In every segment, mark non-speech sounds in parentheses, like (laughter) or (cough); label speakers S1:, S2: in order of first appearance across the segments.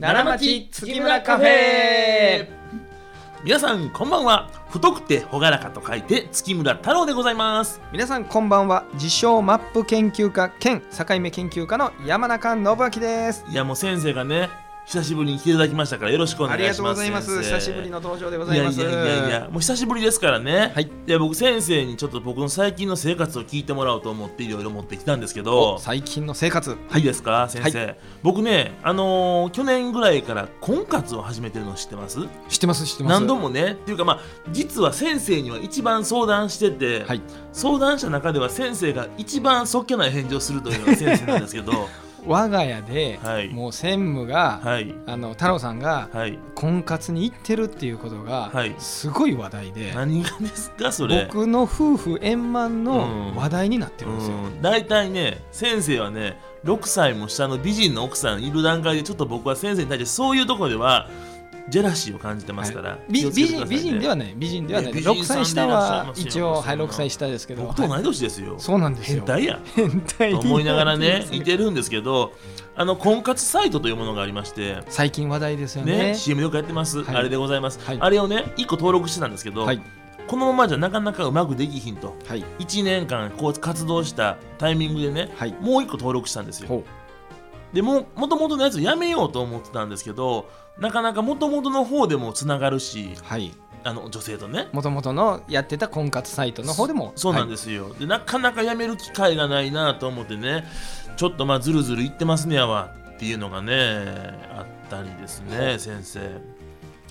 S1: 奈良町月村カフェ
S2: 皆さんこんばんは太くて朗らかと書いて月村太郎でございます
S1: 皆さんこんばんは自称マップ研究家兼境目研究家の山中信明です
S2: いやもう先生がね久しぶりに来ていただきましたからよろしくお
S1: あ
S2: 願い
S1: り
S2: し
S1: が
S2: ます
S1: とうございます
S2: 先生
S1: 久しぶりの登場でございます
S2: いやいやいやいやもう久しぶりですからね、
S1: はい
S2: で僕先生にちょっと僕の最近の生活を聞いてもらおうと思っていろいろ持ってきたんですけ
S1: お
S2: ど
S1: 最近の生活
S2: はいですか先生、僕ねあのー去年ぐらいから婚活を始めてるの知ってます
S1: 知ってます知ってます
S2: 何度もねっていうかまあ実は先生には一番相談してて、
S1: はい
S2: 相談した中では先生が一番そっけない返事をするというのが先生なんです
S1: (laughs)
S2: けど
S1: 我が家で、
S2: はい
S1: もう専務が、
S2: はい
S1: あの太郎さんが
S2: はい
S1: 婚活に行ってるっていうことが、
S2: はい
S1: すごい話題で
S2: 何がですかそれ
S1: 僕の夫婦円満
S2: う
S1: の
S2: ん
S1: 話題になってるんですよ、
S2: うん大体ね先生はね6歳も下の美人の奥さんいる段階でちょっと僕は先生に対してそういうところではジェラシーを感じてますから、
S1: 美
S2: 気を
S1: 美
S2: つけてく
S1: 人
S2: ださいね
S1: 美人ではない美人ではない
S2: ね美人
S1: 6歳下は
S2: さんでいらっしゃいますよ
S1: 一応はい
S2: そんな
S1: 6歳下ですけど
S2: 僕と同い年ですよ、
S1: そうなんですよ
S2: 変態やん
S1: 変態
S2: と思いながらね
S1: に
S2: いてるんですけどあの婚活サイトというものがありまして
S1: (laughs) 最近話題ですよ
S2: ね
S1: ね
S2: CM よくやってます、
S1: はい
S2: あれでございます、
S1: はい
S2: あれをね1個登録してたんですけど、
S1: はい
S2: このままじゃなかなかうまくできひんと
S1: はい
S2: 1年間こう活動したタイミングでね、
S1: はい
S2: もう1個登録したんですよ
S1: ほ
S2: でももともとのやつやめようと思ってたんですけどなかなかもともとの方でもつながるし
S1: うはい
S2: あの女性とね
S1: もともとのやってた婚活サイトの方でも
S2: そうなん
S1: す、
S2: ですよ、でなかなかやめる機会がないなと思ってねちょっとまあずるずるいってますねやわっていうのがねあったりです
S1: は
S2: ね先生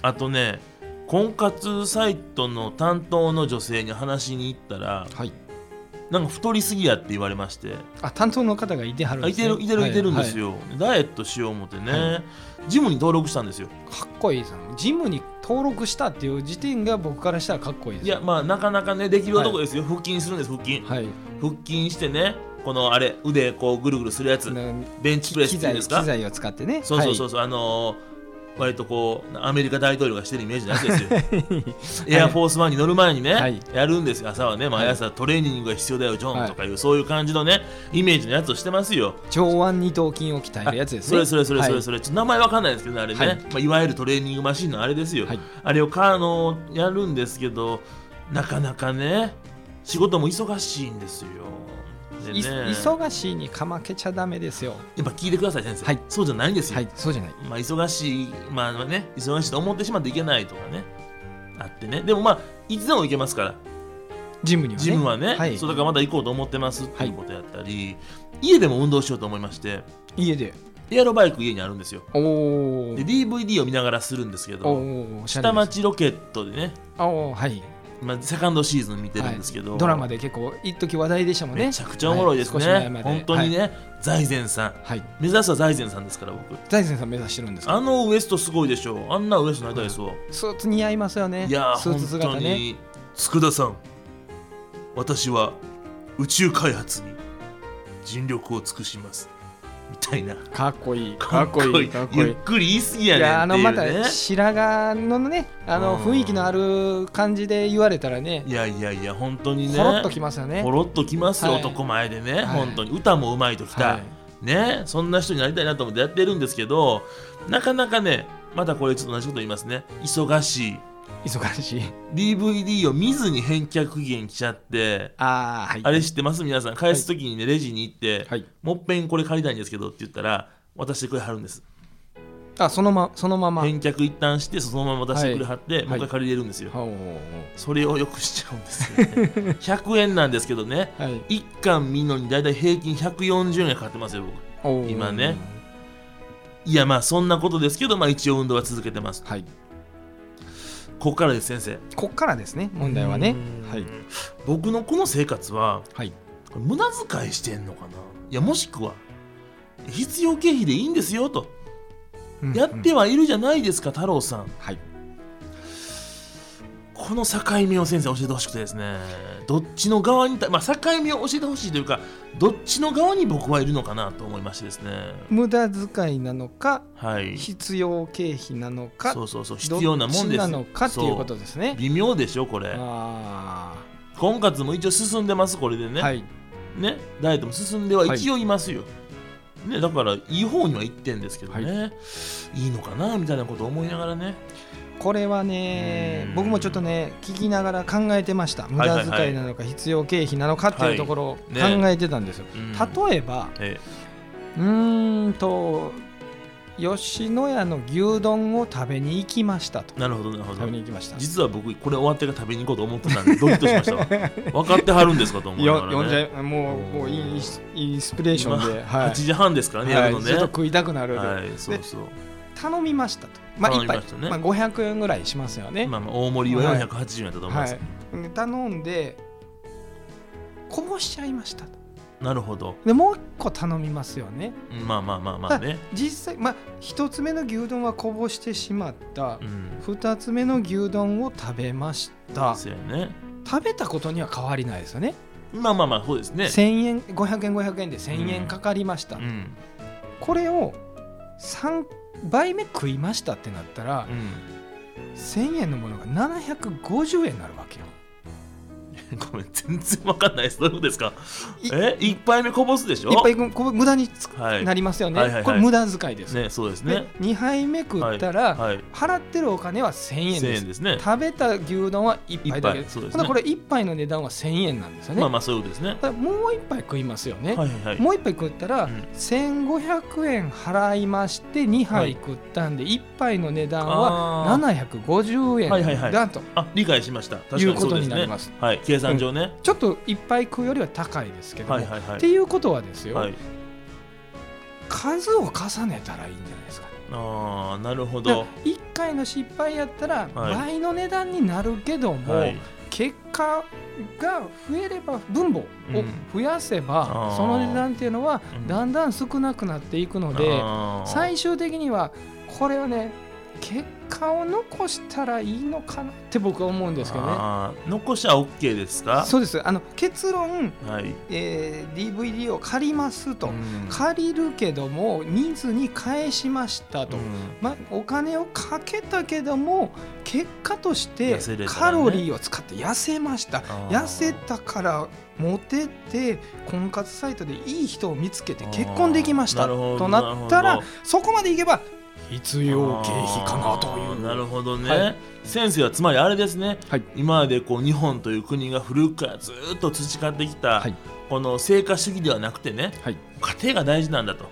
S2: あとね婚活サイトの担当の女性に話しに行ったら
S1: はいはい
S2: なんか太りすぎやって言われまして
S1: あ担当の方がいてはるん
S2: あ
S1: で
S2: い
S1: す、ね、
S2: てるいてるいてるん
S1: は
S2: で
S1: は
S2: すよ、ダイエットしよう思ってね、
S1: は
S2: ジムに登録したんですよ
S1: かっこいいですよジムに登録したっていう時点が僕からしたらかっこいいです
S2: いやまあなかなかねできる男ですよ、腹筋するんです腹筋、
S1: はい
S2: 腹筋してねこのあれ腕こうぐるぐるするやつ
S1: な
S2: ベンチプレス
S1: 機
S2: っていう
S1: 材
S2: んです
S1: 機
S2: か
S1: 材を使ってね
S2: そうそうそううそう、あのー割とこうアメリカ大統領がしてるイメージのやつですよ、
S1: い
S2: エアフォースワンに乗る前にね、
S1: はい
S2: やるんですよ朝はね毎朝トレーニングが必要だよジョンとかいう、そういう感じのねイメージのやつをしてますよ
S1: 上腕二頭筋を鍛えるやつです
S2: そ
S1: ね
S2: れそれそれ
S1: は
S2: それ
S1: い
S2: それ、ちょっと名前わかんないですけどねあれね、
S1: はい
S2: いまあ、いわゆるトレーニングマシンのあれですよ、
S1: はい
S2: あれをかあのーやるんですけどなかなかね仕事も忙しいんですよでね
S1: い忙しいにかまけちゃダメですよ
S2: やっぱ聞いてください先生、
S1: はい
S2: そうじゃないんですよ、
S1: はいそうじゃない
S2: まあ、忙しい、まあね、忙しいと思ってしまっていけないとかね、あってね、でもまあ、いつでも行けますから、
S1: ジムにはね
S2: ジムはね、
S1: はい
S2: そうだからまだ行こうと思ってますっていうことやったり、家でも運動しようと思いまして、
S1: 家で
S2: エアロバイク家にあるんですよ。
S1: おお
S2: で、DVD を見ながらするんですけ
S1: お
S2: ど、
S1: ーおしゃれ
S2: 下
S1: です
S2: 町ロケットでね、
S1: あおーはい
S2: まあ、セカンドシーズン見てるんですけど、
S1: はいドラマで結構一時話題でしたもんね
S2: めちゃくちゃおもろいです
S1: は
S2: ね、
S1: 少し前まで
S2: 本当にね、財前さん、
S1: はい、はい、
S2: 目指すは財前さんですから、僕。
S1: 財前さん目指してるんですか
S2: あのウエストすごいでしょう、あんなウエストになりたいですわ。
S1: スーツ似合いますよね
S2: いやー
S1: スーツ姿
S2: 本当
S1: ね
S2: に佃さん私は宇宙開発に尽力を尽くしますみたいな
S1: かっこいい
S2: か
S1: か
S2: っ
S1: っ
S2: こ
S1: こ
S2: い
S1: い
S2: い
S1: いかっこいい
S2: ゆっくり言い過ぎ
S1: いや
S2: や
S1: あ
S2: ねんっ
S1: の
S2: て
S1: ま
S2: いう
S1: た
S2: ね
S1: 白髪のねあの
S2: うん
S1: 雰囲気のある感じで言われたらね
S2: いやいやいや本当にね
S1: ほろっときますよね
S2: ほろっときますよ、
S1: はい
S2: 男前でね、
S1: い
S2: 本当に歌もうまいときた、
S1: は
S2: ねそんな人になりたいなと思ってやってるんですけどなかなかねまたこれちょっと同じこと言いますね忙しい
S1: い忙しい
S2: DVD を見ずに返却期限来ちゃって
S1: ああはい
S2: あれ知ってます皆さん返す時にね、レジに行って、
S1: はい
S2: もっぺんこれ借りたいんですけどって言ったら渡してくれはるんです
S1: あそのまそのまま
S2: 返却一旦してそのまま渡してくれはって、
S1: い
S2: もう一回借りれるんですよ、
S1: おー
S2: それをよくしちゃうんですよ、ね、100
S1: (laughs)
S2: 円なんですけどね
S1: はい
S2: 一巻見るのに大体平均140円がかかってますよ僕
S1: おー
S2: 今ねいやまあそんなことですけどまあ一応運動は続けてます
S1: はい
S2: ここからです先生
S1: こっからですね問題はね
S2: うん
S1: はい
S2: 僕のこの生活は
S1: はい
S2: これ無駄遣いしてんのかないやもしくは必要経費でいいんですよと
S1: うん
S2: やっ
S1: うん
S2: てはいるじゃないですか太郎さん
S1: はい
S2: この境目を先生教えてほしくてですねどっちの側にた、まあ、境目を教えてほしいというかどっちの側に僕はいるのかなと思いましてですね
S1: 無駄遣いなのか
S2: はい
S1: 必要経費なのか
S2: そうそうそう必要なもん
S1: どっ
S2: で
S1: ち
S2: す
S1: なのかっていうこと
S2: そ
S1: です
S2: う
S1: ね
S2: 微妙でしょこれ
S1: あ
S2: 婚活も一応進んでますこれで
S1: あ
S2: ね,、
S1: はい
S2: ねダイエットも進んでは一応いますよ、ね、だからいい方には行ってんですけどね、い、いのかなみたいなこと思いながらね
S1: これはね
S2: うん
S1: 僕もちょっとね聞きながら考えてました無
S2: はいはい
S1: 駄遣いなのか必要経費なのかっていうところを考
S2: ね
S1: えてたんですよ、
S2: うん
S1: 例えば
S2: え
S1: うーんと吉野家の牛丼を食べに行きましたと
S2: えなるほどなるほ
S1: 食べ
S2: ど
S1: に行きました
S2: 実は僕これ終わってから食べに行こうと思ってたんでドキッとし
S1: (laughs)
S2: ましたわ分かってはるんですかと思いなが
S1: よ
S2: ら、ね、
S1: 読んじゃいもうもうインインスインスピレーションで、はい
S2: 8時半ですからね、
S1: は
S2: や
S1: い
S2: るの
S1: ち
S2: ね
S1: ょっと食いたくなる、
S2: はい、そうそう
S1: 頼みましたと、まあ、一
S2: 頼み
S1: 杯
S2: ましたね
S1: まあ、500円ぐらいしますよね、
S2: まあまあ大盛りは480円だったと思いま
S1: は
S2: す、
S1: い、で頼んでこぼしちゃいましたと
S2: なるほど
S1: でもう一個頼みますよね
S2: まあまあまあまあね、
S1: 実際、まあ、一つ目の牛丼はこぼしてしまった
S2: うん
S1: 二つ目の牛丼を食べました
S2: そうやね
S1: 食べたことには変わりないですよね
S2: まあまあまあそうですね
S1: 1000円500円500円で1000円かかりました、
S2: うん
S1: これを3倍目食いましたってなったら、1000円のものが750円になるわけよ
S2: うん、 (laughs) ごめん全然わかんないですどういうことですか
S1: い
S2: え一杯目こぼすでしょ
S1: いっぱいここ無駄につく
S2: はい
S1: なりますよね、
S2: はいはいはい
S1: これ無駄遣いです、
S2: ねそうです
S1: で
S2: ね
S1: 2杯目食ったら、
S2: はい
S1: 払ってるお金は1000円
S2: 1000
S1: です
S2: 円ですね
S1: 食べた牛丼は1杯だけ
S2: 一杯そうです
S1: ほ
S2: ね
S1: なこれ1杯の値段は1000円なんですよね、
S2: まあまあそういうことですね
S1: だからもう1杯食いますよね、
S2: はいはいはい
S1: もう1杯食ったら、
S2: うん
S1: 1500円払いまして2杯食ったんで、一1杯の値段は
S2: あ
S1: 750円だと、
S2: はいはいはいあ理解しました確かに
S1: いうこと
S2: そうです
S1: になり
S2: ね
S1: ます
S2: はい計算上ね、
S1: ちょっといっぱい食うよりは高いですけども、
S2: はいはいは
S1: って
S2: い
S1: いうことはですよ、
S2: はい
S1: 数を重ねたらいいんじゃないですか
S2: ああなるほ
S1: だ
S2: ど
S1: 1回の失敗やったら
S2: はい
S1: 倍の値段になるけども、
S2: はい
S1: 結果が増えれば分母を増やせば、
S2: うん
S1: その値段っていうのは
S2: うん
S1: だんだん少なくなっていくので、
S2: あー
S1: 最終的にはこれはね結果を残したらいいのかなって僕は思うんですけどね。
S2: あー残しは OK ですか
S1: そうですあの結論、
S2: はい
S1: えー DVD を借りますと、
S2: うん
S1: 借りるけども見ずに返しましたと、
S2: うん
S1: まあ、お金をかけたけども結果として
S2: 痩せれたらね
S1: カロリーを使って痩せました、
S2: あー
S1: 痩せたからモテて婚活サイトでいい人を見つけて結婚できました
S2: あーなるほど
S1: となった
S2: なる
S1: ら
S2: ほど
S1: そこまでいけば必要経費かなと
S2: あ
S1: い
S2: ー
S1: う
S2: なるほどね、
S1: はい
S2: 先生はつまりあれですね、
S1: はい
S2: 今までこう日本という国が古くからずっと培ってきた、
S1: はい
S2: この成果主義ではなくてね
S1: はい
S2: 家庭が大事なんだと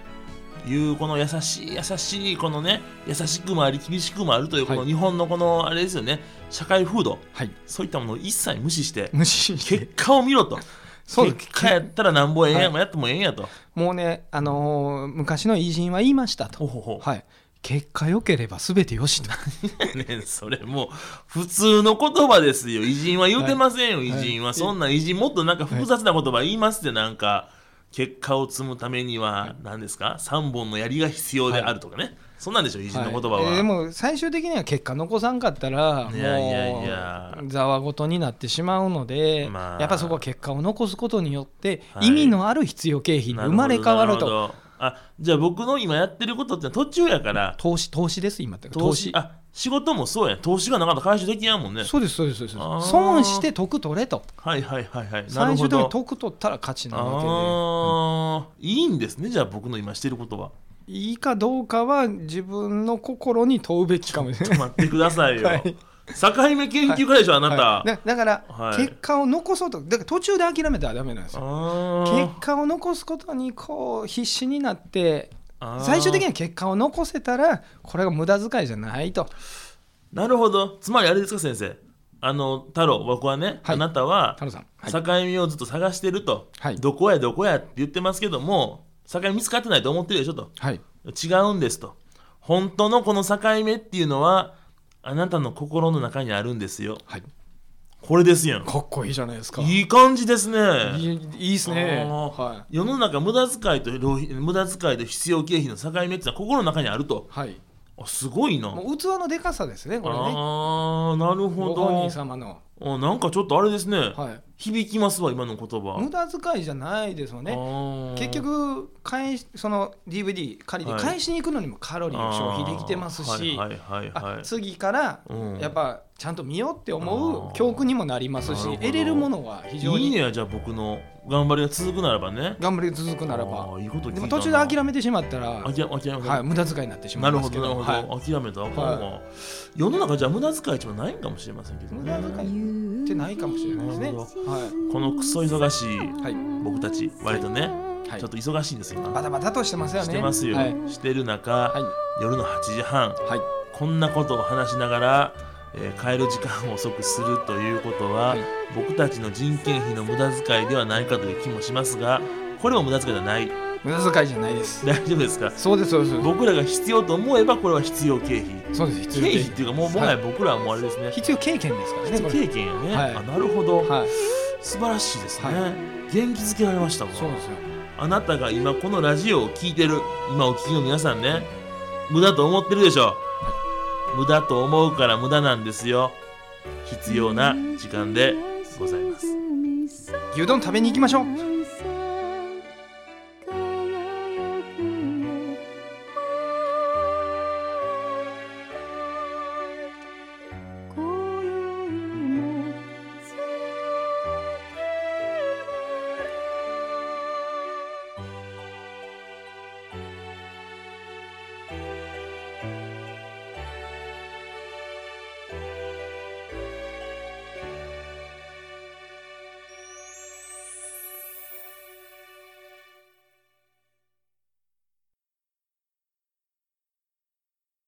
S2: いうこの優しい優しいこのね優しくもあり厳しくもあるというこ
S1: は
S2: の
S1: い
S2: 日本のこのあれですよね社会風土
S1: はい
S2: そういったものを一切無視して
S1: 無視
S2: 結果を見ろと
S1: そう
S2: 結果やったらなんぼええんや、
S1: は
S2: やってもええんやと
S1: もうね、あのー昔の偉人は言いましたと
S2: ほほほ
S1: はい結果良ければ全てよしと
S2: ねそれもう普通の言葉ですよ偉人は言うてませんよ、偉人は、
S1: はい
S2: そんな偉人もっとなんか複雑な言葉言いますってなんか結果を積むためには何ですか3本の槍が必要であるとかね、そんなんでしょ偉人の言葉は、
S1: いえーでも最終的には結果残さんかったら
S2: いやいやいや
S1: もうざわごとになってしまうので、
S2: まあ
S1: やっぱそこは結果を残すことによって
S2: はい
S1: 意味のある必要経費に生まれ変わる
S2: な
S1: と
S2: ほどあじゃあ僕の今やってることって途中やから
S1: 投資投資です今って
S2: 投資あ仕事もそうや投資がなかったら回収できやんもんね
S1: そうですそうですそうです
S2: あー
S1: 損して得取れと
S2: はいはいはいはいなる
S1: 最
S2: ほ
S1: 終的に
S2: ど
S1: 得取ったら勝ちなわけで。
S2: あー、いいんですねじゃあ僕の今してることは。
S1: いいかどうかは自分の心に問うべきかもしれ
S2: ちょ
S1: な
S2: っ
S1: い。
S2: と待ってください
S1: (laughs)
S2: よ。
S1: はい
S2: 境目研究家でしょ、あなた。
S1: はい (laughs) だだから、
S2: はい
S1: 結果を残そうとだから途中で諦めたらダメなんですよ。結
S2: あ
S1: 果を残すことにこう必死になって
S2: ー
S1: 最終的に
S2: あ
S1: は結果を残せたらこれが無駄遣いじゃないと
S2: ーなるほど。つまりあれですか、先生。あの、太郎、僕はね、
S1: はい
S2: あなたは
S1: 太郎さん、はい
S2: 境目をずっと探してると、
S1: はい
S2: どこやどこやって言ってますけども、境目見つかってないと思ってるでしょと。
S1: はい、
S2: 違うんですと。本当のこの境目っていうのは、あなたの心の中にあるんですよ。
S1: はい、
S2: これですやん。
S1: かっこいいじゃないですかい
S2: いい感じですね。
S1: いいいですね
S2: あー
S1: は
S2: 世の中無駄遣いと浪費無駄遣いと必要経費の境目っていうのは心の中にあると
S1: い、はい、
S2: あすごいな、
S1: もう器のでかさですねこれね
S2: あーなるほ
S1: ご
S2: ど
S1: 本人様の
S2: あなんかちょっとあれですね、
S1: はい、
S2: 響きますわ今の言葉
S1: 無駄遣いじゃないですよ
S2: あ
S1: ね
S2: ー
S1: 結局返しその DVD 借り
S2: は
S1: て
S2: い
S1: 返しに行くのにもカロリーを消費できてますし、
S2: あーはいはいはいは
S1: あ
S2: い
S1: 次から
S2: うん
S1: やっぱちゃんと見ようって思
S2: あー
S1: う教訓にもなりますし
S2: なるほど
S1: 得れるものは非常
S2: いい
S1: に
S2: ねやじゃあ僕の頑張りが続くならばね
S1: 頑張り続くなら
S2: あ
S1: ば
S2: ーいいこと聞
S1: で
S2: いた
S1: も
S2: な
S1: 途中で諦めてしまったら、
S2: あきら諦めた
S1: はい、無駄遣いになってしま
S2: な
S1: うん
S2: る
S1: で
S2: ほ
S1: すけ
S2: ど
S1: ど
S2: なるほど、
S1: はい
S2: 諦めたらあかんわ、世の中じゃ無駄遣いちもないんかもしれませんけど
S1: 無
S2: ね
S1: 駄遣いってないかもしれないですね
S2: なるほ
S1: は
S2: このクソ忙しい
S1: い、はい
S2: 僕たち割とね、
S1: はい
S2: ちょっと忙しいんですよ今
S1: バタバタとしてますよね
S2: してますよ、
S1: はい
S2: してる中、
S1: はい
S2: 夜の8時半
S1: はい
S2: こんなことを話しながら、えー帰る時間を遅くするということは、
S1: はい
S2: 僕たちの人件費の無駄遣いではないかという気もしますがこれも無駄遣いではない
S1: 無駄遣いじゃないです
S2: 大丈夫ですか
S1: そうですそうです
S2: 僕らが必要と思えばこれは必要経費
S1: そうです必
S2: 経
S1: 要経
S2: 費
S1: 験
S2: っていうかもうもはや僕らはもうあれですね、
S1: 必要経験ですからねこれ
S2: 経験やね、
S1: はい
S2: あなるほど、
S1: はい
S2: 素晴らしいですね、
S1: は
S2: 元気づけられましたわ
S1: そうですよ
S2: あなたが今このラジオを聞いてる今お聞きの皆さんね無駄と思ってるでしょ無駄と思うから無駄なんですよ必要な時間でございます
S1: 牛丼食べに行きましょう